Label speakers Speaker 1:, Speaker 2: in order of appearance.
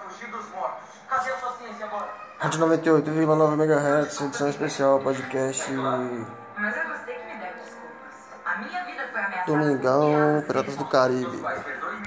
Speaker 1: fugir dos mortos. Cadê a sua ciência agora?
Speaker 2: Rádio 98,9 MHz, edição especial, podcast
Speaker 3: Mas é você que me deve desculpas. A minha vida foi ameaçada.
Speaker 2: Domingão, Piratas do Caribe.
Speaker 1: Seus pais perdoem